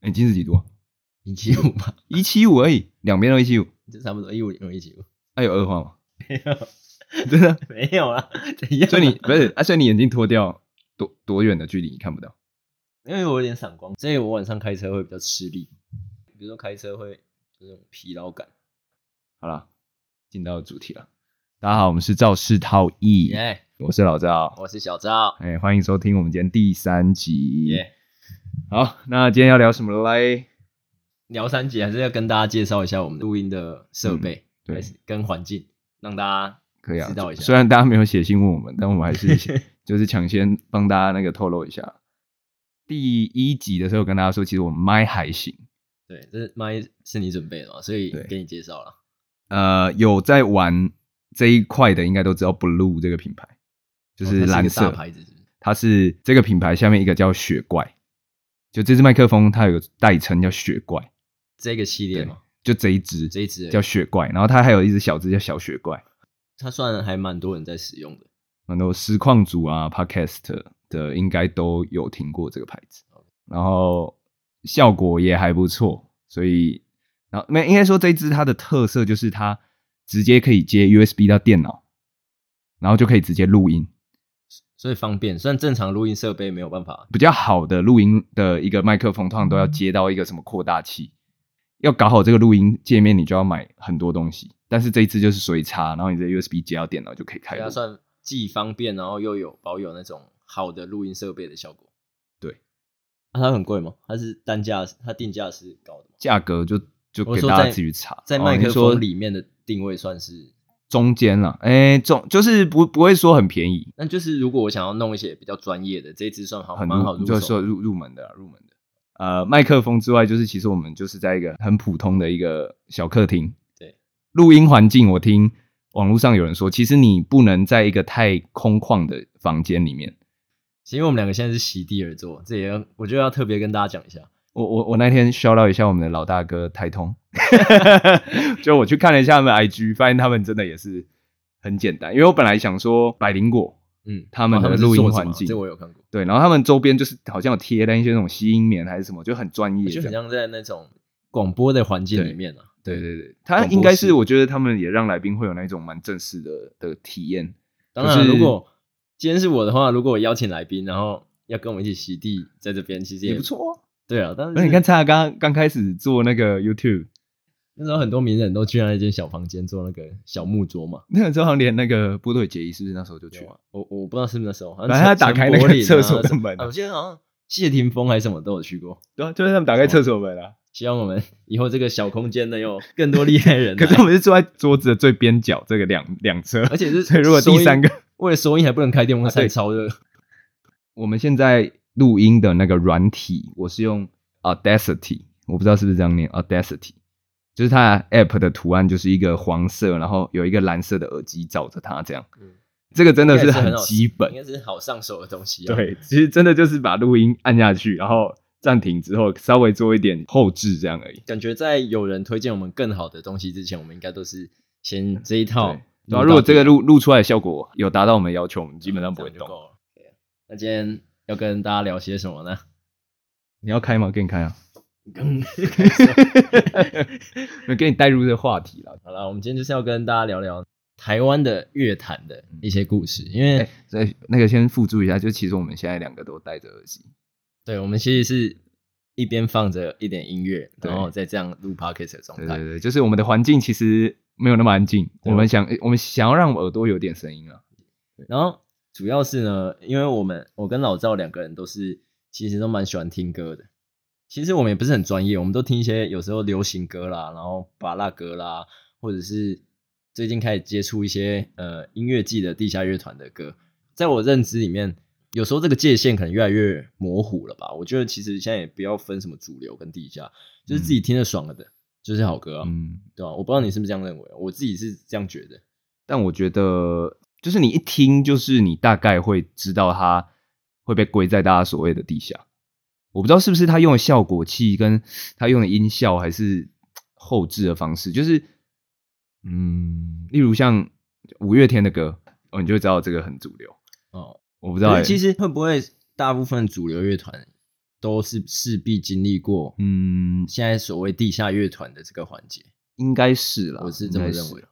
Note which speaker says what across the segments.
Speaker 1: 哎，你近视几度啊？
Speaker 2: 一七五 吧，
Speaker 1: 一七五而已，两边都一七五。
Speaker 2: 就差不多一五零或一七 五。
Speaker 1: 那、有恶化吗？
Speaker 2: 没有，
Speaker 1: 真的？
Speaker 2: 没有啊，怎样啊？
Speaker 1: 所以你不是啊？所以你眼睛脱掉多多远的距离你看不到？
Speaker 2: 因为我有点散光，所以我晚上开车会比较吃力。比如说开车会有种疲劳感。
Speaker 1: 好啦，进到主题了。大家好，我们是赵氏套艺
Speaker 2: 耶、
Speaker 1: 我是老赵。
Speaker 2: 我是小赵。
Speaker 1: 哎，欢迎收听我们今天第三集。
Speaker 2: 耶、
Speaker 1: 好，那今天要聊什么嘞？
Speaker 2: 聊三集还是要跟大家介绍一下我们录音的设备，
Speaker 1: 嗯对
Speaker 2: 还是跟环境，让大家
Speaker 1: 可以啊
Speaker 2: 知道一，下。
Speaker 1: 虽然大家没有写信问我们，但我们还 是就是抢先帮大家那个透露一下。第一集的时候跟大家说，其实我们麦还行，
Speaker 2: 对，这是麦是你准备的嘛，所以
Speaker 1: 对
Speaker 2: 给你介绍了。
Speaker 1: 呃，有在玩这一块的应该都知道 Blue 这个品牌，就
Speaker 2: 哦
Speaker 1: 是
Speaker 2: 它
Speaker 1: 蓝
Speaker 2: 一个
Speaker 1: 色，
Speaker 2: 大牌子是不是
Speaker 1: 它是这个品牌下面一个叫雪怪，就这支麦克风它有个代称叫雪怪，
Speaker 2: 这个系列嘛，
Speaker 1: 就这一支
Speaker 2: 这一支而已
Speaker 1: 叫雪怪，然后它还有一只小只叫小雪怪，
Speaker 2: 它算还蛮多人在使用的。
Speaker 1: 很多实况组啊、Podcast 的应该都有听过这个牌子，然后效果也还不错，所以然后没应该说这一支它的特色就是它直接可以接 USB 到电脑，然后就可以直接录音，
Speaker 2: 所以方便，虽然正常录音设备没有办法，
Speaker 1: 比较好的录音的一个麦克风，通常都
Speaker 2: 嗯
Speaker 1: 要接到一个什么扩大器。要搞好这个录音界面，你就要买很多东西。但是这一支就是随插，然后你这 USB 接到电脑就可以开
Speaker 2: 啊所以
Speaker 1: 录
Speaker 2: 它。算既方便，然后又有保有那种好的录音设备的效果。
Speaker 1: 对，
Speaker 2: 啊、它很贵吗？它是单价，它定价是高的吗？
Speaker 1: 价格就就
Speaker 2: 我
Speaker 1: 给
Speaker 2: 说
Speaker 1: 大家
Speaker 2: 在
Speaker 1: 自己查。
Speaker 2: 在
Speaker 1: 哦
Speaker 2: 麦
Speaker 1: 你
Speaker 2: 克
Speaker 1: 说
Speaker 2: 风里面的定位算是，
Speaker 1: 中间了，哎、中就是不不会说很便宜，
Speaker 2: 那就是如果我想要弄一些比较专业的，这一支算好
Speaker 1: 很
Speaker 2: 哦蛮好
Speaker 1: 入
Speaker 2: 入
Speaker 1: 就是
Speaker 2: 手
Speaker 1: 说
Speaker 2: 的。
Speaker 1: 入入门的啦入门的。呃，麦克风之外，就是其实我们就是在一个很普通的一个小客厅，
Speaker 2: 对，
Speaker 1: 录音环境，我听网络上有人说，其实你不能在一个太空旷的房间里面。
Speaker 2: 因为我们两个现在是席地而坐，这也要我觉得要特别跟大家讲一下。
Speaker 1: 我我我那天 shout out 一下我们的老大哥台通， 就我去看了一下他们 IG，发现他们真的也是很简单，因为我本来想说百灵果
Speaker 2: 嗯，
Speaker 1: 他们
Speaker 2: 哦
Speaker 1: 的
Speaker 2: 是
Speaker 1: 录
Speaker 2: 坐
Speaker 1: 音
Speaker 2: 着
Speaker 1: 环
Speaker 2: 嘛
Speaker 1: 境
Speaker 2: 这我有看过，
Speaker 1: 对，然后他们周边就是好像有贴了一些那种吸音棉还是什么，哦就很专业
Speaker 2: 就
Speaker 1: 这
Speaker 2: 很
Speaker 1: 样。
Speaker 2: 像在那种广播的环境
Speaker 1: 对
Speaker 2: 里面啊。
Speaker 1: 对对对，他
Speaker 2: 广播
Speaker 1: 应该是
Speaker 2: 室
Speaker 1: 我觉得他们也让来宾会有那种蛮正式的的体验。
Speaker 2: 当
Speaker 1: 可
Speaker 2: 然，啊
Speaker 1: 是
Speaker 2: 如果今天是我的话，如果我邀请来宾，然后要跟我们一起席地在这边，其实
Speaker 1: 也不错、啊。
Speaker 2: 对啊，但
Speaker 1: 那
Speaker 2: 是
Speaker 1: 你看，蔡刚刚开始做那个 YouTube，
Speaker 2: 那时候很多名人都去那间小房间做那个小木桌嘛。
Speaker 1: 那个时候好像连那个波多野结衣是不是那时候就去
Speaker 2: 有
Speaker 1: 了
Speaker 2: 啊？我我不知道是不是那时候，反
Speaker 1: 正他打开那个
Speaker 2: 啊
Speaker 1: 厕所的门
Speaker 2: 我记得好像谢霆锋还是什么都有去过。
Speaker 1: 对啊，就是他们打开厕所门啊。
Speaker 2: 希望我们以后这个小空间呢，有更多厉害人
Speaker 1: 可
Speaker 2: 来。
Speaker 1: 是我们是坐在桌子的最边角，这个两两侧。
Speaker 2: 而且是
Speaker 1: 所以如果第三个，
Speaker 2: 为了收音还不能开电风
Speaker 1: 啊对
Speaker 2: 扇，超热。
Speaker 1: 我们现在录音的那个软体，我是用 Audacity，我不知道是不是这样念 Audacity，就是它的 App 的图案就是一个黄色，然后有一个蓝色的耳机罩着它，这样
Speaker 2: 嗯，
Speaker 1: 这个真的
Speaker 2: 应该是
Speaker 1: 很
Speaker 2: 好
Speaker 1: 基本
Speaker 2: 应。该是好上手的东西啊。
Speaker 1: 对，其实真的就是把录音按下去，然后暂停之后稍微做一点后置这样而已。
Speaker 2: 感觉在有人推荐我们更好的东西之前，我们应该都是先这一套
Speaker 1: 嗯对。
Speaker 2: 录
Speaker 1: 然
Speaker 2: 到
Speaker 1: 后如果这个
Speaker 2: 底
Speaker 1: 录录出来的效果有达到我们的要求，我们基本上不会
Speaker 2: 这样就
Speaker 1: 动。
Speaker 2: 够了。对啊那今天要跟大家聊些什么呢？
Speaker 1: 你要开吗？给你开 啊，
Speaker 2: 嗯 开始了
Speaker 1: 我给你带入这个话题了。
Speaker 2: 好了，我们今天就是要跟大家聊聊台湾的乐坛的一些故事，因为、
Speaker 1: 嗯哎、所以那个先附注一下，就其实我们现在两个都戴着耳机，
Speaker 2: 对我们其实是一边放着一点音乐，
Speaker 1: 对
Speaker 2: 然后再这样录 podcast 的状
Speaker 1: 对
Speaker 2: 态
Speaker 1: 对。对，就是我们的环境其实没有那么安静，我
Speaker 2: 对
Speaker 1: 们想我们想要让耳朵有点声音啊，
Speaker 2: 然后主要是呢，因为我们我跟老赵两个人都是其实都蛮喜欢听歌的。其实我们也不是很专业，我们都听一些有时候流行歌啦，然后巴拉歌啦，或者是最近开始接触一些呃音乐季的地下乐团的歌。在我认知里面，有时候这个界限可能越来越模糊了吧？我觉得其实现在也不要分什么主流跟地下，就是自己听得爽了的，就是好歌啊，
Speaker 1: 嗯，
Speaker 2: 对吧、我不知道你是不是这样认为，我自己是这样觉得。
Speaker 1: 但我觉得就是你一听，就是你大概会知道它会被归在大家所谓的地下。我不知道是不是他用的效果器，跟他用的音效，还是后置的方式，就是嗯，例如像五月天的歌，哦，你就会知道这个很主流。
Speaker 2: 哦，
Speaker 1: 我不知道、
Speaker 2: 对，
Speaker 1: 欸，
Speaker 2: 其实会不会大部分主流乐团都是势必经历过，
Speaker 1: 嗯，
Speaker 2: 现在所谓地下乐团的这个环节，
Speaker 1: 应该是啦，
Speaker 2: 我是这么
Speaker 1: 啊应该
Speaker 2: 认为。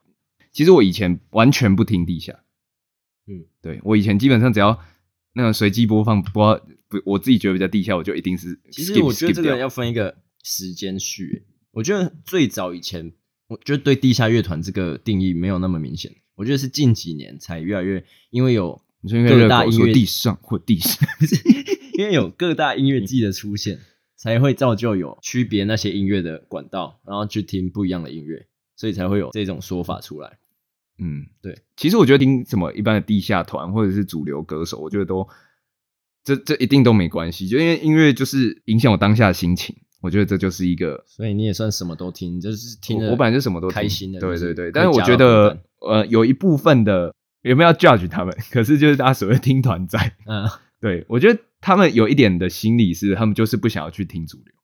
Speaker 1: 其实我以前完全不听地下，
Speaker 2: 嗯，
Speaker 1: 对我以前基本上只要那个随机播放播到不，我自己觉得比较地下，我就一定是 skip,
Speaker 2: 其实我觉得
Speaker 1: skip
Speaker 2: 这个
Speaker 1: 掉
Speaker 2: 要分一个时间序欸。我觉得最早以前，我觉得对地下乐团这个定义没有那么明显。我觉得是近几年才越来越，因为有
Speaker 1: 你说因为热
Speaker 2: 各大
Speaker 1: 狗
Speaker 2: 音
Speaker 1: 说
Speaker 2: 乐
Speaker 1: 地上或地 下，
Speaker 2: 因为有各大音乐季的出现，才会造就有区别那些音乐的管道，然后去听不一样的音乐，所以才会有这种说法出来。
Speaker 1: 嗯，
Speaker 2: 对。
Speaker 1: 其实我觉得听什么一般的地下团或者是主流歌手，我觉得都这这一定都没关系，就因为音乐就是影响我当下的心情，我觉得这就是一个
Speaker 2: 所以你也算什么都听，就是听
Speaker 1: 我
Speaker 2: 了
Speaker 1: 我本来就什么都听
Speaker 2: 开心的，
Speaker 1: 对对对。
Speaker 2: 可以
Speaker 1: 但是我
Speaker 2: 加
Speaker 1: 觉
Speaker 2: 到
Speaker 1: 得
Speaker 2: 歌，
Speaker 1: 呃，有一部分的有没有要 judge 他们？可是就是大家所谓听团仔，
Speaker 2: 单嗯，
Speaker 1: 对我觉得他们有一点的心理是，他们就是不想要去听主流，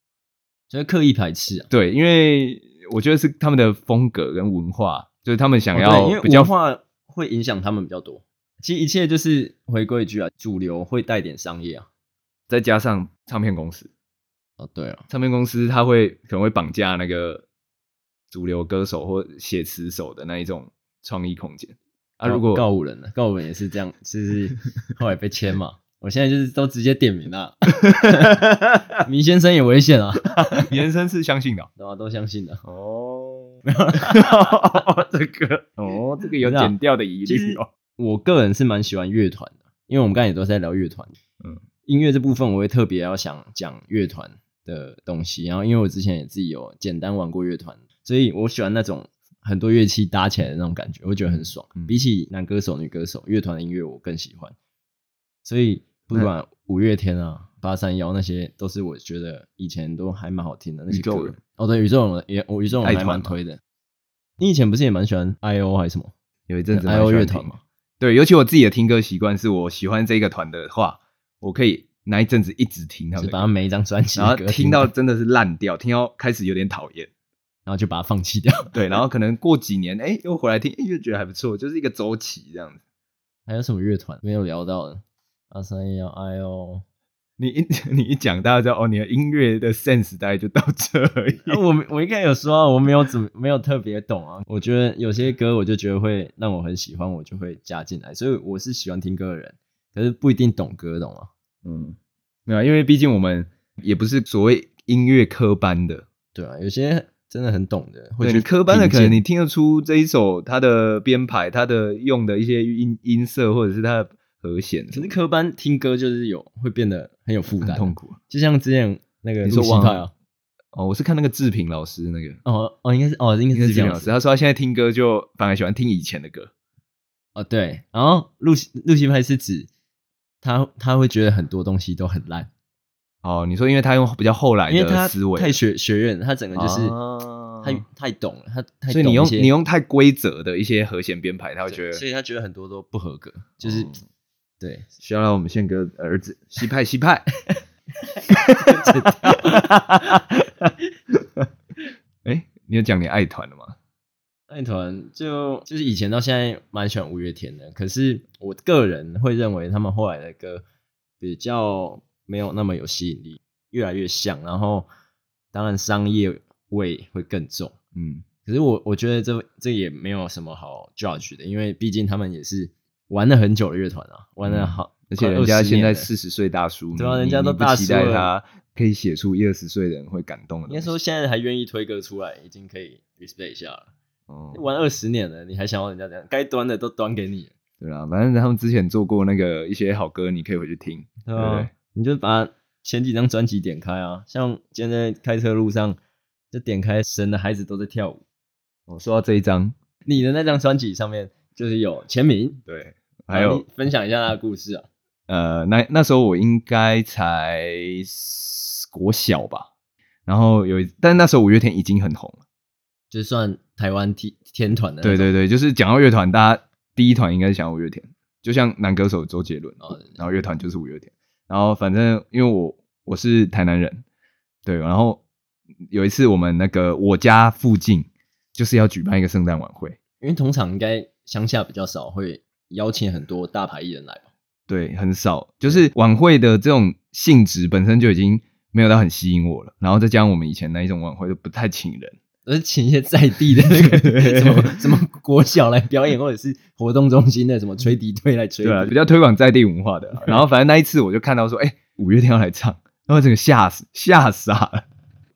Speaker 2: 就是刻意排斥啊。
Speaker 1: 对，因为我觉得是他们的风格跟文化，就是他们想
Speaker 2: 哦对因
Speaker 1: 要
Speaker 2: 为
Speaker 1: 比较、
Speaker 2: 文化会影响他们比较多。其实一切就是回归一句啊，主流会带点商业啊。
Speaker 1: 再加上唱片公司，
Speaker 2: 哦，对啊，
Speaker 1: 唱片公司它会可能会绑架那个主流歌手或写词手的那一种创意空间啊，如果
Speaker 2: 哦告五人呢，告五人也是这样，就是 后来被签嘛。我现在就是都直接点名 了， 明先生也危险啊，
Speaker 1: 延伸是相信的
Speaker 2: 对啊，都相信的。
Speaker 1: 哦， 这个哦，这个有
Speaker 2: 不是啊
Speaker 1: 减掉的疑
Speaker 2: 其
Speaker 1: 虑
Speaker 2: 实
Speaker 1: 哦，
Speaker 2: 我个人是蛮喜欢乐团的，因为我们刚才也都在聊乐团。
Speaker 1: 嗯
Speaker 2: 嗯，音乐这部分我会特别要想讲乐团的东西，然后因为我之前也自己有简单玩过乐团，所以我喜欢那种很多乐器搭起来的那种感觉，我觉得很爽。
Speaker 1: 嗯
Speaker 2: 比起男歌手、女歌手，乐团的音乐我更喜欢。所以不管五月天啊、八三幺那些，都是我觉得以前都还蛮好听的那些
Speaker 1: 宇宙
Speaker 2: 歌
Speaker 1: 人。
Speaker 2: 哦，对，宇宙人也我宇宙人
Speaker 1: 爱
Speaker 2: 还
Speaker 1: 团啊
Speaker 2: 蛮
Speaker 1: 嘛
Speaker 2: 推的。你以前不是也蛮喜欢 I O 还是什么
Speaker 1: 哎有一阵子
Speaker 2: I
Speaker 1: 蛮
Speaker 2: O
Speaker 1: 喜欢
Speaker 2: 乐
Speaker 1: 听
Speaker 2: 团
Speaker 1: 的
Speaker 2: 嘛？
Speaker 1: 对，尤其我自己的听歌习惯是，我喜欢这个团的话，我可以那一阵子一直听他
Speaker 2: 就
Speaker 1: 们的
Speaker 2: 把
Speaker 1: 歌，
Speaker 2: 他每一张专辑
Speaker 1: 然后
Speaker 2: 的歌
Speaker 1: 听到真的是烂掉，听到开始有点讨 厌。
Speaker 2: 然后就把它放弃掉。
Speaker 1: 对，然后可能过几年，哎，又回来听，哎，又觉得还不错，就是一个周期这样子。
Speaker 2: 还有什么乐团没有聊到的？二三哎幺 I O，
Speaker 1: 你一 你一讲，大家知道哦，你的音乐的 sense 大概就到这而已。
Speaker 2: 我没我应该有说啊，我没有怎么没有特别懂啊。我觉得有些歌我就觉得会让我很喜欢，我就会加进来。所以我是喜欢听歌的人，可是不一定懂歌，懂吗？
Speaker 1: 嗯，没有啊，因为毕竟我们也不是所谓音乐科班的，
Speaker 2: 对啊，有些真的很懂的，会
Speaker 1: 对
Speaker 2: 去
Speaker 1: 你科班的，
Speaker 2: 品
Speaker 1: 可
Speaker 2: 鉴
Speaker 1: 能你听得出这一首它的编排、它的用的一些音音色或者是它的和弦什
Speaker 2: 可
Speaker 1: 么
Speaker 2: 是
Speaker 1: 的，
Speaker 2: 科班听歌就是有会变得很有负
Speaker 1: 很
Speaker 2: 担，
Speaker 1: 痛苦。
Speaker 2: 就像之前那个
Speaker 1: 你说
Speaker 2: 陆西
Speaker 1: 王
Speaker 2: 派啊，
Speaker 1: 哦，我是看那个志平老师那个，
Speaker 2: 哦哦，应该是哦，应该
Speaker 1: 应该
Speaker 2: 是
Speaker 1: 是啊志
Speaker 2: 这
Speaker 1: 平
Speaker 2: 样
Speaker 1: 老
Speaker 2: 子
Speaker 1: 师，他说他现在听歌就反而喜欢听以前的歌，
Speaker 2: 哦，对，然后路西路西派是指他他会觉得很多东西都很烂，
Speaker 1: 哦，你说因为他用比较后来
Speaker 2: 因为他
Speaker 1: 的思维，
Speaker 2: 太学学院，他整个就是、
Speaker 1: 啊
Speaker 2: 太太懂了，他太
Speaker 1: 所以
Speaker 2: 懂
Speaker 1: 你
Speaker 2: 一
Speaker 1: 用
Speaker 2: 些
Speaker 1: 你用太规则的一些和弦编排，他会
Speaker 2: 对
Speaker 1: 觉
Speaker 2: 所
Speaker 1: 得
Speaker 2: 以他觉得很多都不合格，就是、
Speaker 1: 哦，
Speaker 2: 对
Speaker 1: 需要让我们宪哥的儿 子西派西派， 哎，你有讲你爱团了吗？
Speaker 2: 爱团就就是以前到现在蛮喜欢五月天的，可是我个人会认为他们后来的歌比较没有那么有吸引力，越来越像，然后当然商业味会更重。
Speaker 1: 嗯，
Speaker 2: 可是我我觉得这这也没有什么好 judge 的，因为毕竟他们也是玩了很久的乐团啊，玩了好，
Speaker 1: 嗯而且
Speaker 2: 快
Speaker 1: 人家
Speaker 2: 20
Speaker 1: 现
Speaker 2: 年
Speaker 1: 在
Speaker 2: 了
Speaker 1: 四十岁大叔，
Speaker 2: 对啊
Speaker 1: 你
Speaker 2: 人家
Speaker 1: 你
Speaker 2: 都
Speaker 1: 你不
Speaker 2: 大
Speaker 1: 期
Speaker 2: 叔
Speaker 1: 待
Speaker 2: 了
Speaker 1: 他可以写出一二十岁的人会感动的
Speaker 2: 应
Speaker 1: 东西，
Speaker 2: 该说现在还愿意推歌出来，已经可以 respect 一下了。
Speaker 1: 哦
Speaker 2: 玩二十年了，你还想要人家怎样？该端的都端给你了，
Speaker 1: 对啦，反正他们之前做过那个一些好歌，你可以回去听，对啊不对？
Speaker 2: 你就把前几张专辑点开啊，像现在开车路上就点开《神的孩子都在跳舞》，
Speaker 1: 我哦说到这一张，
Speaker 2: 你的那张专辑上面就是有签名，
Speaker 1: 对，还
Speaker 2: 然后
Speaker 1: 有
Speaker 2: 你分享一下他的故事啊。
Speaker 1: 呃，那那时候我应该才国小吧，然后有一，但那时候五月天已经很红了。
Speaker 2: 就算台湾天天团的那
Speaker 1: 对
Speaker 2: 种，
Speaker 1: 对对，就是讲到乐团，大家第一团应该是想到五月天，就像男歌手周杰伦，
Speaker 2: 哦
Speaker 1: 然后乐团就是五月天，然后反正因为我我是台南人，对，然后有一次我们那个我家附近就是要举办一个圣诞晚会，
Speaker 2: 因为通常应该乡下比较少会邀请很多大牌艺人来吧。
Speaker 1: 对，很少，就是晚会的这种性质本身就已经没有到很吸引我了。然后再加上我们以前那一种晚会都不太请人，
Speaker 2: 而是请一些在地的那 个
Speaker 1: 对
Speaker 2: 什么什么国小来表演，或者是活动中心的什么吹笛队来吹笛。
Speaker 1: 对啊，比较推广在地文化 的啦。然后反正那一次我就看到说，哎、五月天要来唱，然后整个吓死 吓傻了，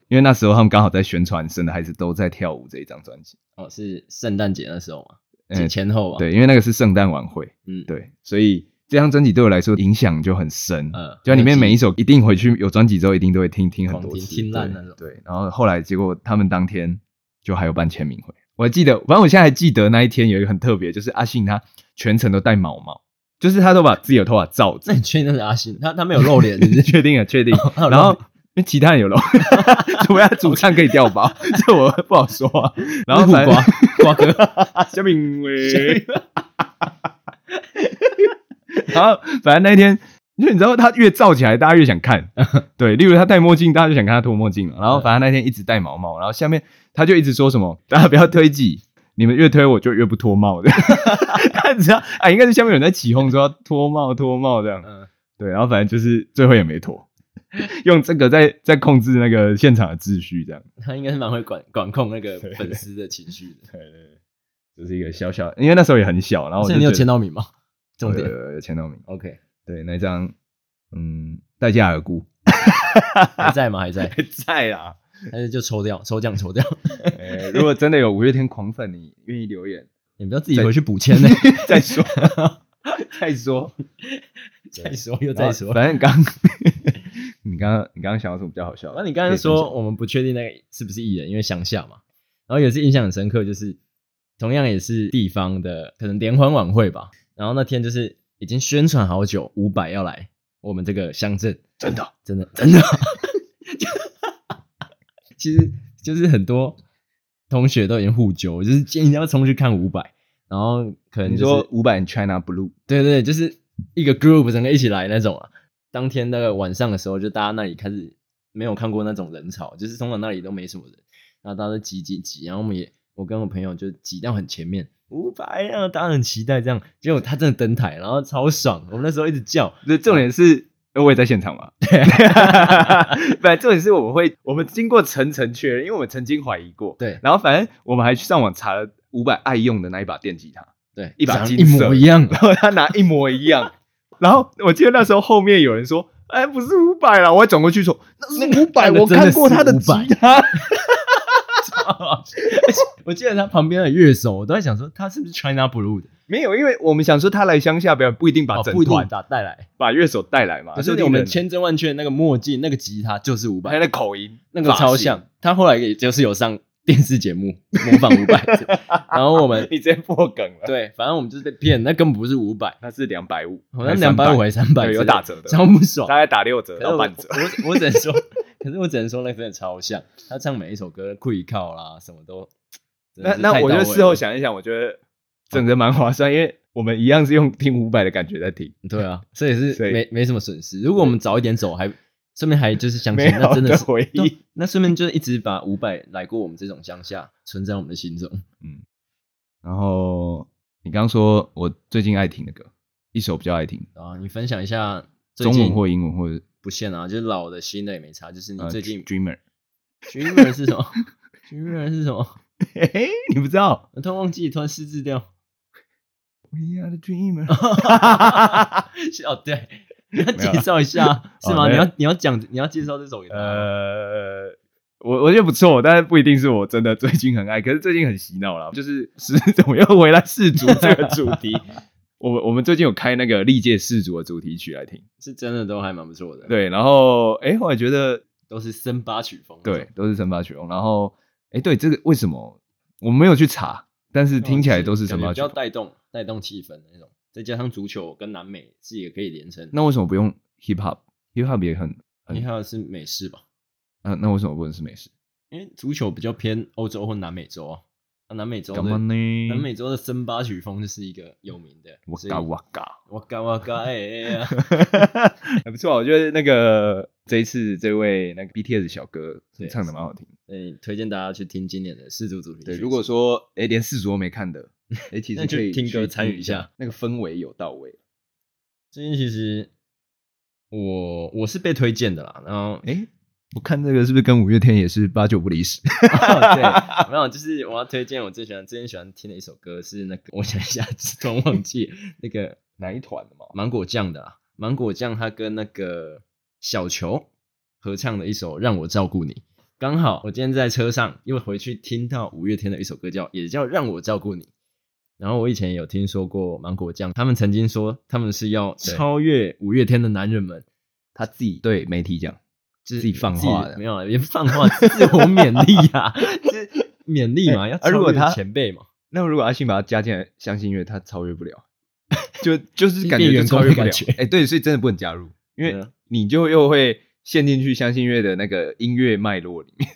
Speaker 1: 因为那时候他们刚好在宣传《生的孩子都在跳舞》这一张专辑。
Speaker 2: 哦，是圣诞节那时候嘛，
Speaker 1: 嗯
Speaker 2: 前后吧。，
Speaker 1: 对，因为那个是圣诞晚会，
Speaker 2: 嗯，
Speaker 1: 对，所以这张专辑对我来说影响就很深。
Speaker 2: 呃，
Speaker 1: 就里面每一
Speaker 2: 首
Speaker 1: 首一定回去有专辑之后一定都会听听很
Speaker 2: 狂
Speaker 1: 多
Speaker 2: 听
Speaker 1: 次，
Speaker 2: 听烂
Speaker 1: 对
Speaker 2: 那种
Speaker 1: 对，然后后来结果他们当天就还有办签名会，我还记得，反正我现在还记得那一天有一个很特别，就是阿信他全程都戴毛毛，就是他都把自己的头发罩着
Speaker 2: 那。你确定那是阿信？他他没有露脸，是不
Speaker 1: 你
Speaker 2: 是？
Speaker 1: 确定啊， 确定。
Speaker 2: 哦
Speaker 1: 然后因为其他人有 漏，除非他主唱可以掉 包，这我不好说啊。然后
Speaker 2: 苦
Speaker 1: 反正
Speaker 2: 瓜瓜哥，
Speaker 1: 小敏 伟，然后反正那一天，因为你知道他越燥起来，大家越想 看。对，例如他戴墨镜，大家就想看他脱墨镜嘛。然后反正那天一直戴毛毛，然后下面他就一直说什么，大家不要推挤。你们越推我就越不脱帽 的，他只要啊，应该是下面有人在起哄说要脱帽脱帽这样，
Speaker 2: 嗯，
Speaker 1: 对，然后反正就是最后也没妥， 用这个在在控制那个现场的秩序，这样。
Speaker 2: 他应该是蛮会管管控那个
Speaker 1: 对
Speaker 2: 粉丝的情绪的。
Speaker 1: 对对对，就是一个小小，因为那时候也很小，然后我
Speaker 2: 哦所
Speaker 1: 就
Speaker 2: 以你有
Speaker 1: 觉得
Speaker 2: 签到名吗？重
Speaker 1: 有
Speaker 2: 点
Speaker 1: 有有有签到名。
Speaker 2: ，OK，
Speaker 1: 对，那张嗯，待价而 沽，
Speaker 2: 还在吗？还在，
Speaker 1: 在啦。
Speaker 2: 还是就抽掉，抽奖抽掉。
Speaker 1: 呃如果真的有五月天狂粉，你愿意留言
Speaker 2: 你不要自己回去补 签呢，
Speaker 1: 再说，再说，
Speaker 2: 再说又再说。
Speaker 1: 反正刚 你刚刚你刚刚想到什么比较好笑的？
Speaker 2: 那你刚才
Speaker 1: 可以分享
Speaker 2: 说我们不确定那个是不是艺人，因为乡下嘛。然后有一次印象很深刻，就是同样也是地方的，可能联欢晚会吧。然后那天就是已经宣传好久，伍佰要来我们这个乡镇，
Speaker 1: 真的，
Speaker 2: 真的哦真的， 其实就是很多同学都已经互揪，就是建议你要冲去看伍佰，然后可能、
Speaker 1: 你
Speaker 2: 就是、
Speaker 1: 说五百 China Blue，
Speaker 2: 对对，对就是一个 group 整个一起来那种啊。当天那个晚上的时候，就大家那里开始没有看过那种人潮，就是通常那里都没什么人，然后大家都挤挤挤，然后我们也我跟我朋友就挤到很前面，五百啊，大家很期待这样，结果他真的登台，然后超爽，我们那时候一直叫，
Speaker 1: 这重点是，呃我也在现场嘛。 对，反正重点是我们会，我们经过层层确认，因为我们曾经怀疑过。
Speaker 2: 对
Speaker 1: 然后反正我们还去上网查了伍佰爱用的那一把电吉他，
Speaker 2: 对，
Speaker 1: 一把
Speaker 2: 长得
Speaker 1: 金
Speaker 2: 一模
Speaker 1: 色
Speaker 2: 一 样，
Speaker 1: 然后他拿一模一样。然后我记得那时候后面有人说：“哎，不是伍佰啦！”我还转过去说：“那是伍佰，
Speaker 2: 那个
Speaker 1: 我
Speaker 2: 真的
Speaker 1: 看过他的
Speaker 2: 是伍
Speaker 1: 吉
Speaker 2: 佰
Speaker 1: 他。
Speaker 2: 我记得他旁边的乐手，我都在想说他是不是 China Blue 的，”哦
Speaker 1: 没有，因为我们想说他来乡下表演不一定把整
Speaker 2: 不一定
Speaker 1: 团、
Speaker 2: 打带来，
Speaker 1: 把乐手带来嘛，
Speaker 2: 可
Speaker 1: 说不
Speaker 2: 是
Speaker 1: 定
Speaker 2: 我们
Speaker 1: 人
Speaker 2: 千真万确那个墨镜、那个吉他就是伍
Speaker 1: 还有
Speaker 2: 佰，
Speaker 1: 那口音，
Speaker 2: 那个超像。他后来也就是有上电视节目模仿 伍佰，然后我
Speaker 1: 发型。
Speaker 2: 们
Speaker 1: 你直接破梗了，，
Speaker 2: 对，反正我们就是被骗，那根本不是伍佰，
Speaker 1: 那是两百五，
Speaker 2: 好像哦两百五还是三百，
Speaker 1: 对有打折的
Speaker 2: 超不爽
Speaker 1: 大。概打六折
Speaker 2: 可是
Speaker 1: 到
Speaker 2: 我
Speaker 1: 半折。
Speaker 2: 我我只能说，可是我只能说那真的超像，他唱每一首歌跪靠啦，什么都。真的
Speaker 1: 那
Speaker 2: 是
Speaker 1: 那
Speaker 2: 太
Speaker 1: 我觉
Speaker 2: 到
Speaker 1: 得
Speaker 2: 位
Speaker 1: 事后
Speaker 2: 了，嗯
Speaker 1: 想一想，我觉得整的蛮划算，因为我们一样是用听五百的感觉在听，
Speaker 2: 对啊，所以是
Speaker 1: 所以
Speaker 2: 没没什么损失。如果我们早一点走，还顺便还就是相亲，
Speaker 1: 美好
Speaker 2: 那真
Speaker 1: 的
Speaker 2: 是
Speaker 1: 回忆
Speaker 2: 对那顺便就一直把五百来过我们这种乡下存在我们的心中。
Speaker 1: 然后你刚说我最近爱听的歌，一首比较爱听，
Speaker 2: 啊，你分享一下最
Speaker 1: 中
Speaker 2: 近
Speaker 1: 文或英文或者
Speaker 2: 不限啊，就是老的新的也没差。就是你
Speaker 1: 呃
Speaker 2: 最近
Speaker 1: Dreamer。
Speaker 2: Dreamer 是什么？Dreamer 是什么？
Speaker 1: 嘿嘿，你不知道
Speaker 2: 我突然忘记，突然失智掉。
Speaker 1: ？We are the dreamer
Speaker 2: 哦，对，你要介绍一下是
Speaker 1: 啊
Speaker 2: 吗？
Speaker 1: 哦
Speaker 2: 你
Speaker 1: 那
Speaker 2: 要你要讲你要介绍这首给他吗。
Speaker 1: 呃，我我觉得不错，但是不一定是我真的最近很爱，可是最近很洗脑了，就是是怎么又回来世足这 个主题。我们我们最近有开那个历届世足的主题曲来听，
Speaker 2: 是真的都还蛮不错的，，
Speaker 1: 对，然后哎，我也觉得
Speaker 2: 都是森巴曲风。
Speaker 1: 对，，都是神发曲风。然后，哎，对，这个为什么我没有去查？但是听起来都是神
Speaker 2: 哦感觉
Speaker 1: 发
Speaker 2: 比
Speaker 1: 曲
Speaker 2: 较
Speaker 1: 风。
Speaker 2: 带动带动气氛的那种，再加上足球跟南美是也可以连成。
Speaker 1: 那为什么不用 hip hop？hip hop 也很很
Speaker 2: 你还有是美式吧？
Speaker 1: 嗯、那为什么不能是美式？
Speaker 2: 因为足球比较偏欧洲或南美洲啊，啊南美洲的
Speaker 1: 干嘛呢？
Speaker 2: 南美洲的森巴曲风就是一个有名的。
Speaker 1: 哇
Speaker 2: 所以
Speaker 1: 嘎哇嘎，
Speaker 2: 哇嘎哇嘎哎哎哎啊
Speaker 1: 还不错啊。我觉得那个这一次这位那个 BTS 小哥
Speaker 2: 对
Speaker 1: 唱的蛮好听。
Speaker 2: 所以推荐大家去听今年的世足主题曲。
Speaker 1: 对，如果说哎连世足都没看的，哎其
Speaker 2: 那
Speaker 1: 实
Speaker 2: 就
Speaker 1: 可以
Speaker 2: 听
Speaker 1: 去
Speaker 2: 歌参与一下，
Speaker 1: 那个氛围有到位。
Speaker 2: 最近其实我我是被推荐的啦，然后
Speaker 1: 哎，我看这个是不是跟五月天也是八九不离十？
Speaker 2: 哦对，没有，就是我要推荐我最喜欢、最近喜欢听的一首歌是那个，我想一下，突然忘记那个
Speaker 1: 哪一团的嘛？
Speaker 2: 芒果酱的、啊，芒果酱他跟那个小球合唱的一首《让我照顾你》。刚好我今天在车上，又回去听到五月天的一首歌叫，也叫《让我照顾你》。然后我以前有听说过芒果酱，他们曾经说他们是要
Speaker 1: 对
Speaker 2: 超越五月天的男人们，
Speaker 1: 他自己对媒体讲，
Speaker 2: 就是
Speaker 1: 自己放话的
Speaker 2: 自己没有啊也不放话，自我勉励啊， 就是 勉励嘛，
Speaker 1: 哎
Speaker 2: 要
Speaker 1: 啊如
Speaker 2: 超
Speaker 1: 果
Speaker 2: 越
Speaker 1: 他
Speaker 2: 前辈嘛，
Speaker 1: 那如果阿信把他加进来，相信乐他超越不了， 就就是感觉
Speaker 2: 变
Speaker 1: 就
Speaker 2: 员工
Speaker 1: 超越
Speaker 2: 的
Speaker 1: 不
Speaker 2: 感
Speaker 1: 了
Speaker 2: 觉。
Speaker 1: 哎、对，所以真的不能加入，因
Speaker 2: 对
Speaker 1: 为
Speaker 2: 啊
Speaker 1: 你就又会陷进去相信乐的那个音乐脉络里面。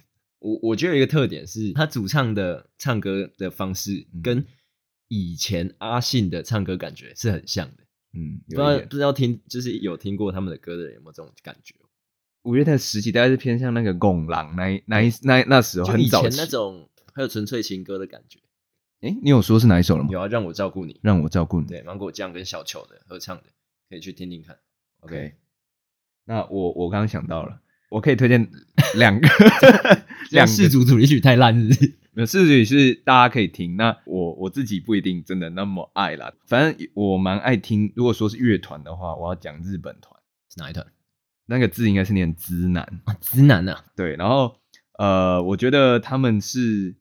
Speaker 2: 我我觉得有一个特点是，他主唱的唱歌的方式
Speaker 1: 嗯
Speaker 2: 跟以前阿信的唱歌感觉是很像的。
Speaker 1: 嗯，
Speaker 2: 不知道不知道听就是有听过他们的歌的人有没有这种感觉？
Speaker 1: 五月天的时期大概是偏向那个拱狼那一那一那那时候
Speaker 2: 就
Speaker 1: 很
Speaker 2: 以
Speaker 1: 早
Speaker 2: 前
Speaker 1: 期
Speaker 2: 那。种还有纯粹情歌的感觉，
Speaker 1: 哎、你有说是哪一首了吗？
Speaker 2: 有啊，让我照顾你，
Speaker 1: 让我照顾你。
Speaker 2: 对，芒果酱跟小球的合唱的，可以去听听看。
Speaker 1: OK，那我我刚刚想到了，我可以推荐两 个两
Speaker 2: 世
Speaker 1: 个
Speaker 2: 祖主题曲太烂 日，
Speaker 1: 没有，四曲是大家可以听。那我我自己不一定真的那么爱啦，反正我蛮爱听。如果说是乐团的话，我要讲日本团，
Speaker 2: 是哪一团？
Speaker 1: 那个字应该是念“知南
Speaker 2: 啊，直男啊，”。
Speaker 1: 对，然后呃，我觉得他们是，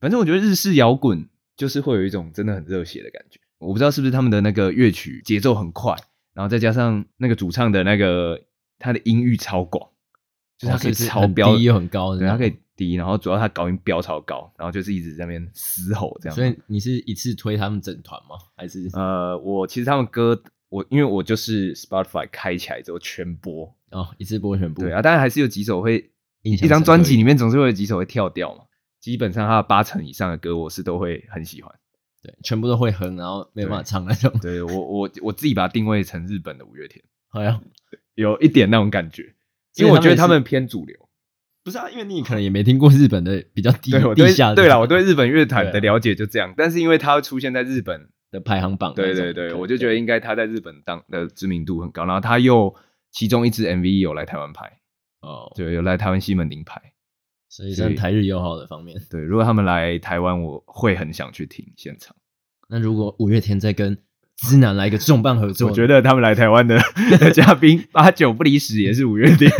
Speaker 1: 反正我觉得日式摇滚就是会有一种真的很热血的感觉。我不知道是不是他们的那个乐曲节奏很快，然后再加上那个主唱的那个他的音域超广，就是他可以
Speaker 2: 哦是
Speaker 1: 超
Speaker 2: 很
Speaker 1: 标，
Speaker 2: 低又很高的
Speaker 1: 对，
Speaker 2: 那
Speaker 1: 它
Speaker 2: 种，
Speaker 1: 可以低，然后主要它高音飙超高，然后就是一直在那边嘶吼这样。
Speaker 2: 所以你是一次推他们整团吗？还是
Speaker 1: 呃，我其实他们歌，我因为我就是 Spotify 开起来之后全播，
Speaker 2: 哦一次播全部？
Speaker 1: 对啊，当然还是有几首会，
Speaker 2: 印
Speaker 1: 一
Speaker 2: 象
Speaker 1: 张
Speaker 2: 深
Speaker 1: 专
Speaker 2: 刻
Speaker 1: 辑里面总是会有几首会跳掉嘛。基本上它的八成以上的歌我是都会很喜欢。
Speaker 2: 对，全部都会哼，然后没有办法
Speaker 1: 对
Speaker 2: 唱那种。
Speaker 1: 对我我我自己把它定位成日本的五月天，
Speaker 2: 好像
Speaker 1: 有一点那种感觉，
Speaker 2: 所
Speaker 1: 因
Speaker 2: 以
Speaker 1: 为我觉得
Speaker 2: 他
Speaker 1: 他
Speaker 2: 们也
Speaker 1: 们偏主流。
Speaker 2: 不是啊，因为你可能也没听过日本的比较低
Speaker 1: 对我
Speaker 2: 地
Speaker 1: 对
Speaker 2: 下的
Speaker 1: 对了，我对日本乐
Speaker 2: 对
Speaker 1: 团
Speaker 2: 啊
Speaker 1: 的了解就这样，但是因为它会出现在日本
Speaker 2: 的排行榜那
Speaker 1: 对
Speaker 2: 种。
Speaker 1: 对对，我就觉得应该他在日本当的知名度很高，然后他又其中一支 MV 有来台湾拍，
Speaker 2: 哦，
Speaker 1: 对，有来台湾西门町拍。
Speaker 2: 所以
Speaker 1: 所
Speaker 2: 像
Speaker 1: 以
Speaker 2: 台日友好的方面，
Speaker 1: 对，如果他们来台湾，我会很想去听现场。
Speaker 2: 那如果五月天再跟知南来一个重磅合作，
Speaker 1: 我觉得他们来台湾 的的嘉宾八九不离十也是五月天。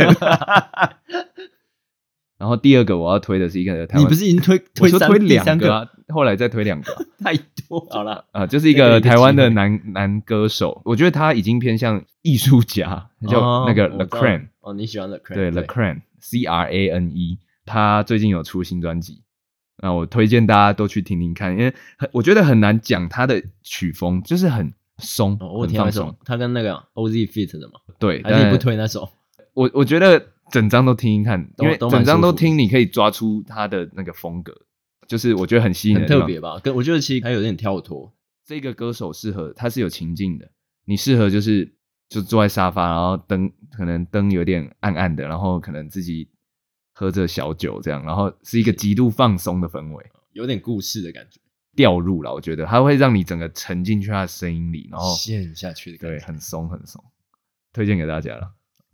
Speaker 1: 然后第二个我要推的是一个台湾，
Speaker 2: 你不是已经推
Speaker 1: 我
Speaker 2: 推
Speaker 1: 说
Speaker 2: 三
Speaker 1: 推
Speaker 2: 第
Speaker 1: 两
Speaker 2: 三
Speaker 1: 个、
Speaker 2: 个
Speaker 1: 啊，后来再推两个啊、
Speaker 2: 太多好了，
Speaker 1: 啊， 就是一
Speaker 2: 再给
Speaker 1: 个
Speaker 2: 一个
Speaker 1: 台湾
Speaker 2: 机
Speaker 1: 的
Speaker 2: 会
Speaker 1: 男男歌手，我觉得他已经偏向艺术家，他
Speaker 2: 哦
Speaker 1: 叫那个 The
Speaker 2: 我知道
Speaker 1: Crane。
Speaker 2: 哦，你喜欢 The Crane
Speaker 1: 对，The Crane C R A N E，他最近有出新专辑，那我推荐大家都去听听看，因为很我觉得很难讲他的曲风，就是很松，
Speaker 2: 哦，我有
Speaker 1: 很
Speaker 2: 听到
Speaker 1: 放
Speaker 2: 一首
Speaker 1: 松。
Speaker 2: 他跟那个 OZ Fit 的嘛，
Speaker 1: 对，
Speaker 2: 还是你
Speaker 1: 但
Speaker 2: 不推那首？
Speaker 1: 我我觉得整张都听听看，
Speaker 2: 都
Speaker 1: 因为
Speaker 2: 都蛮
Speaker 1: 整张
Speaker 2: 舒
Speaker 1: 都
Speaker 2: 服
Speaker 1: 听，你可以抓出他的那个风格，就是我觉得很吸引
Speaker 2: 很
Speaker 1: 人的地
Speaker 2: 特
Speaker 1: 方。
Speaker 2: 别吧？跟我觉得其实还有点跳脱，
Speaker 1: 这个歌手适合，他是有情境的，你适合就是就坐在沙发，然后灯可能灯有点暗暗的，然后可能自己喝着小酒这样，然后是一个极度放松的氛围，
Speaker 2: 有点故事的感觉，
Speaker 1: 掉入了，我觉得它会让你整个沉进去他的声音里，然后
Speaker 2: 陷下去的感
Speaker 1: 对，
Speaker 2: 觉。
Speaker 1: 很松很松，推荐给大家了，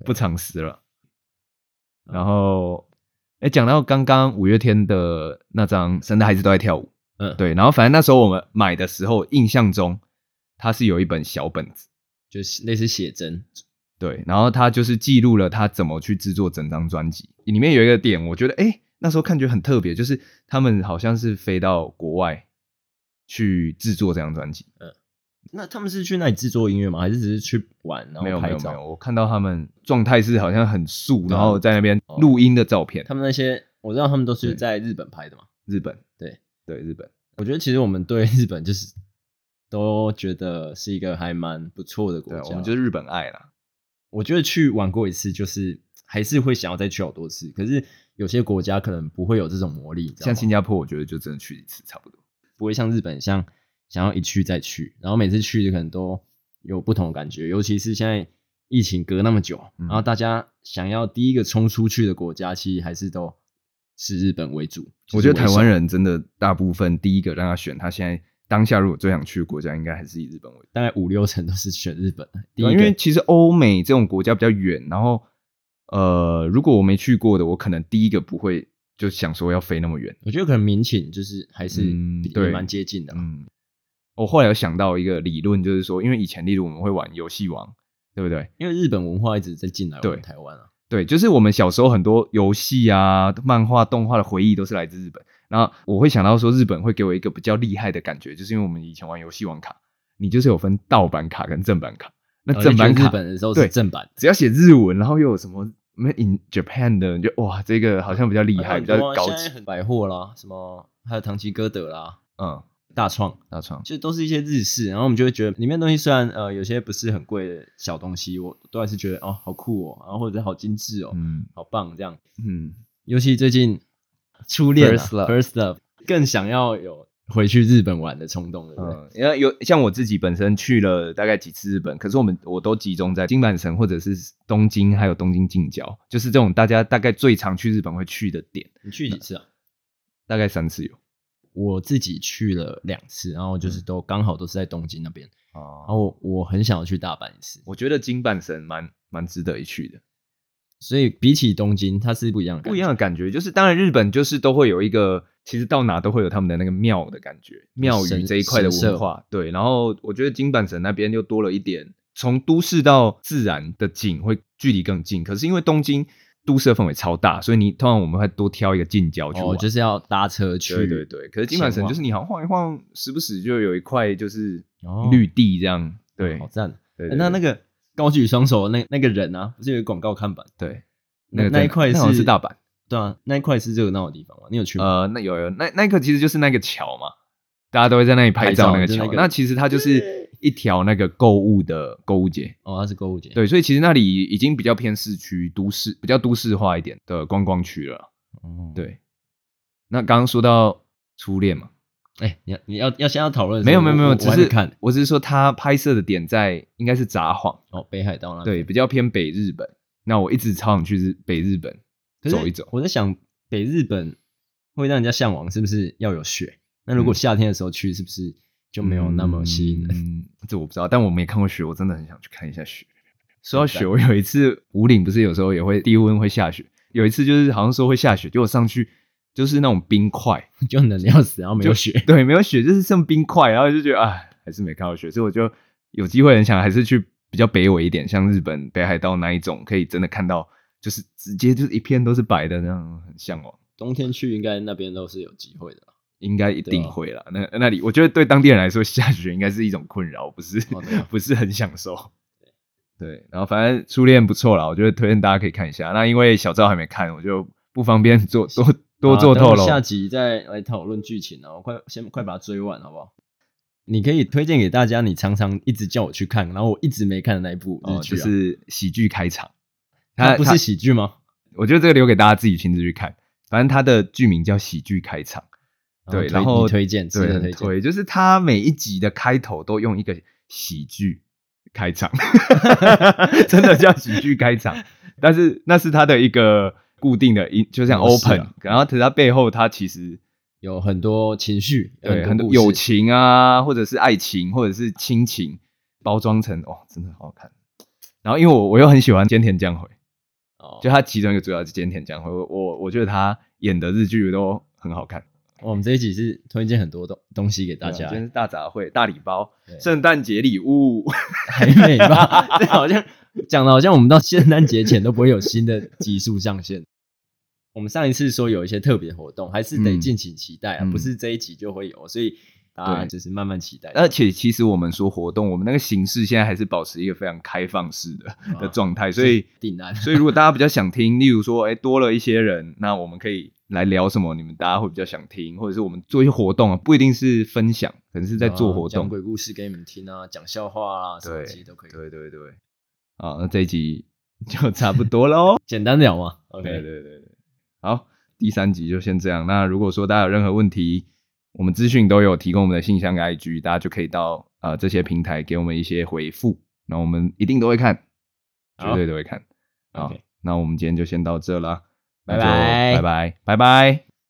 Speaker 1: 不藏私了。然后，哎，讲到刚刚五月天的那张《神的孩子都在跳舞》，
Speaker 2: 嗯，，
Speaker 1: 对，然后反正那时候我们买的时候，印象中它是有一本小本子，
Speaker 2: 就是类似写真，
Speaker 1: 对，然后它就是记录了他怎么去制作整张专辑。里面有一个点，我觉得诶那时候看觉得很特别，就是他们好像是飞到国外去制作这张专辑。
Speaker 2: 那他们是去那里制作音乐吗？还是只是去玩然
Speaker 1: 没
Speaker 2: 后
Speaker 1: 有
Speaker 2: 拍
Speaker 1: 没有没
Speaker 2: 照？
Speaker 1: 有，我看到他们状态是好像很素，
Speaker 2: 对啊
Speaker 1: 然后在那边
Speaker 2: 哦
Speaker 1: 录音的照片。
Speaker 2: 他们那些我知道他们都是
Speaker 1: 对
Speaker 2: 在日本拍的嘛。
Speaker 1: 日本，
Speaker 2: 对
Speaker 1: 对，日本。
Speaker 2: 我觉得其实我们对日本就是都觉得是一个还蛮不错的国
Speaker 1: 对，啊
Speaker 2: 家。
Speaker 1: 我们就是日本爱啦。
Speaker 2: 我觉得去玩过一次，就是还是会想要再去好多次。可是有些国家可能不会有这种魔力，你知道
Speaker 1: 像
Speaker 2: 吗
Speaker 1: 新加坡，我觉得就真的去一次差不多。
Speaker 2: 不会像日本像想要一去再去，然后每次去就可能都有不同的感觉，尤其是现在疫情隔那么久，
Speaker 1: 嗯
Speaker 2: 然后大家想要第一个冲出去的国家，其实还是都是日本为主。
Speaker 1: 我觉得
Speaker 2: 就是
Speaker 1: 台
Speaker 2: 为
Speaker 1: 湾
Speaker 2: 首，
Speaker 1: 人真的大部分第一个让他选，他现在当下如果最想去的国家，应该还是以日本为主。
Speaker 2: 大概五六成都是选日本。第一
Speaker 1: 对啊因
Speaker 2: 个，
Speaker 1: 为其实欧美这种国家比较远，然后呃，如果我没去过的，我可能第一个不会就想说要飞那么远。
Speaker 2: 我觉得可能民情就是还是
Speaker 1: 嗯
Speaker 2: 比
Speaker 1: 对
Speaker 2: 蛮接近的啦。
Speaker 1: 嗯，我后来有想到一个理论，就是说，因为以前例如我们会玩游戏王，对不对？
Speaker 2: 因为日本文化一直在进来我
Speaker 1: 对
Speaker 2: 们台湾啊，
Speaker 1: 对，就是我们小时候很多游戏啊、漫画、动画的回忆都是来自日本。然后我会想到说，日本会给我一个比较厉害的感觉，就是因为我们以前玩游戏王卡，你就是有分盗版卡跟正版卡。那
Speaker 2: 然后
Speaker 1: 正
Speaker 2: 就
Speaker 1: 版
Speaker 2: 哦觉得
Speaker 1: 卡
Speaker 2: 日本的时候
Speaker 1: 对
Speaker 2: 是正版，
Speaker 1: 只要写日文，然后又有什么 “Made in Japan” 的，你就哇，这个好像比较厉害，比较高级。
Speaker 2: 很百货啦，什么还有唐吉诃德啦、
Speaker 1: 嗯，
Speaker 2: 大创，
Speaker 1: 大创，
Speaker 2: 就都是一些日式，然后我们就会觉得里面东西虽然呃有些不是很贵的小东西，我都还是觉得哦好酷哦，然后或者好精致哦，
Speaker 1: 嗯
Speaker 2: 好棒这样。
Speaker 1: 嗯，
Speaker 2: 尤其最近初恋、啊、
Speaker 1: First love
Speaker 2: first love 更想要有回去日本玩的冲动，对不对？
Speaker 1: 嗯，因为有像我自己本身去了大概几次日本，可是我们我都集中在金板神或者是东京，还有东京近郊，就是这种大家大概最常去日本会去的点，
Speaker 2: 你去几次啊？
Speaker 1: 大概三次有。
Speaker 2: 我自己去了两次，然后就是都刚好都是在东京那边，然
Speaker 1: 哦，
Speaker 2: 后我我很想要去大阪一次，
Speaker 1: 我觉得金板神蛮蛮值得一去的，
Speaker 2: 所以比起东京，它是不一样的感觉，
Speaker 1: 不一样的感觉。就是当然日本就是都会有一个，其实到哪都会有他们的那个庙的感觉，庙宇
Speaker 2: 神
Speaker 1: 这一块的
Speaker 2: 神
Speaker 1: 文
Speaker 2: 社
Speaker 1: 化。对，然后我觉得金板神那边又多了一点，从都市到自然的景会距离更近。可是因为东京都市的氛围超大，所以你通常我们会多挑一个近郊去玩。
Speaker 2: 哦，就是要搭车去，
Speaker 1: 对对对，可是金板神
Speaker 2: 前
Speaker 1: 就是你好像晃一晃，时不时就有一块就是
Speaker 2: 哦
Speaker 1: 绿地这样。对
Speaker 2: 好赞。
Speaker 1: 对，
Speaker 2: 那那
Speaker 1: 个
Speaker 2: 个高举双手的那那个人啊，不是有一个广告看板？
Speaker 1: 对那
Speaker 2: 那
Speaker 1: 个
Speaker 2: 那
Speaker 1: 在
Speaker 2: 一块
Speaker 1: 那好像
Speaker 2: 是
Speaker 1: 是大阪，
Speaker 2: 对啊，那一块是热闹的地方嘛？你有去吗？
Speaker 1: 呃，那有有那那个其实就是那个桥嘛，大家都会在那里拍
Speaker 2: 拍
Speaker 1: 照
Speaker 2: 照
Speaker 1: 那个
Speaker 2: 就是
Speaker 1: 桥。
Speaker 2: 那个
Speaker 1: 那其实它就是一条那个购物的购物街，
Speaker 2: 哦，它是购物节。，
Speaker 1: 对，所以其实那里已经比较偏市区、都市比较都市化一点的观光区了。
Speaker 2: 哦，
Speaker 1: 对，那刚刚说到初恋嘛，
Speaker 2: 哎，你要你要要先要讨论什么？
Speaker 1: 没有没有没
Speaker 2: 我
Speaker 1: 有，
Speaker 2: 我
Speaker 1: 只
Speaker 2: 我还
Speaker 1: 是
Speaker 2: 没看
Speaker 1: 我只是说它拍摄的点在应该是札幌，
Speaker 2: 哦，北海道那边
Speaker 1: 对，比较偏北日本。那我一直超想去日北日本
Speaker 2: 可是
Speaker 1: 走一走，
Speaker 2: 我在想，北日本会让人家向往，是不是要有雪？那如果
Speaker 1: 嗯
Speaker 2: 夏天的时候去，是不是就没有那么吸引人？
Speaker 1: 嗯，这我不知道，但我没看过雪，我真的很想去看一下雪。说到
Speaker 2: 现
Speaker 1: 雪，
Speaker 2: 在
Speaker 1: 我有一次五岭不是有时候也会低温会下雪，有一次就是好像说会下雪，结果上去就是那种冰块，
Speaker 2: 就冷的要死，然后没有雪。
Speaker 1: 对，没有雪就是剩冰块，然后就觉得哎，还是没看到雪，所以我就有机会很想还是去比较北纬一点，像日本北海道那一种，可以真的看到就是直接就是一片都是白的那种，很哦向往。
Speaker 2: 冬天去应该那边都是有机会的啦。
Speaker 1: 应该一定
Speaker 2: 对啊
Speaker 1: 会啦。那那里，我觉得对当地人来说，下雪应该是一种困扰，不是、
Speaker 2: 哦对啊
Speaker 1: 不是很享受。对，然后反正初恋不错啦，我觉得推荐大家可以看一下。那因为小赵还没看，我就不方便做多多
Speaker 2: 好啊
Speaker 1: 做透
Speaker 2: 等
Speaker 1: 露。
Speaker 2: 我下集再来讨论剧情啊！我快先快把它追完，好不好？你可以推荐给大家，你常常一直叫我去看，然后我一直没看的那一部
Speaker 1: 哦，
Speaker 2: 日
Speaker 1: 就
Speaker 2: 剧啊、
Speaker 1: 是喜剧开场，
Speaker 2: 它不
Speaker 1: 它
Speaker 2: 是喜剧吗？
Speaker 1: 我觉得这个留给大家自己亲自去看。反正它的剧名叫《喜剧开场》，对，
Speaker 2: 哦推
Speaker 1: 然后
Speaker 2: 你推荐，值
Speaker 1: 对
Speaker 2: 得
Speaker 1: 很
Speaker 2: 推荐。
Speaker 1: 推，就是它每一集的开头都用一个喜剧开场， 真的叫喜剧开 场，但是那是它的一个固定的音，就像
Speaker 2: 模式啊
Speaker 1: open，、然后可是它背后它其实
Speaker 2: 有很多情绪，有
Speaker 1: 对很多
Speaker 2: 故事
Speaker 1: 友情啊，或者是爱情，或者是亲情，包装成哦，真的很好看。然后因为我我又很喜欢菅田将晖，
Speaker 2: 哦
Speaker 1: 就他其中一个主要是菅田将晖，我我我觉得他演的日剧都很好看。
Speaker 2: 哇我们这一集是推荐很多东东西给大
Speaker 1: 对啊
Speaker 2: 家
Speaker 1: 今，天是大杂烩、大礼包、
Speaker 2: 对
Speaker 1: 圣诞节礼物。
Speaker 2: 还没吧？ 这好像讲的好像我们到圣诞节前都不会有新的集数上线。我们上一次说有一些特别活动，还是得
Speaker 1: 嗯
Speaker 2: 敬请期待啊，
Speaker 1: 嗯
Speaker 2: 不是这一集就会有，所以大家
Speaker 1: 对呃
Speaker 2: 就是慢慢期待。
Speaker 1: 而且其实我们说活动，我们那个形式现在还是保持一个非常开放式的、
Speaker 2: 啊
Speaker 1: 的状态，所以
Speaker 2: 定案，
Speaker 1: 所以如果大家比较想听，例如说，哎、多了一些人，那我们可以来聊什么？你们大家会比较想听，或者是我们做一些活动啊，不一定是分享，可能是在做活
Speaker 2: 啊讲
Speaker 1: 动。
Speaker 2: 鬼故事给你们听啊，讲笑话啊，什么
Speaker 1: 对
Speaker 2: 其实都可以，
Speaker 1: 对对对，好，那这一集就差不多喽。
Speaker 2: 简单聊嘛。
Speaker 1: 对
Speaker 2: OK，
Speaker 1: 对对对，好，第三集就先这样。那如果说大家有任何问题，我们资讯都有提供我们的信箱跟 IG，大家就可以到呃这些平台给我们一些回复，那我们一定都会看，绝
Speaker 2: 好
Speaker 1: 对都会看。好
Speaker 2: OK
Speaker 1: 那我们今天就先到这啦，那就
Speaker 2: 拜拜
Speaker 1: 拜拜，拜拜。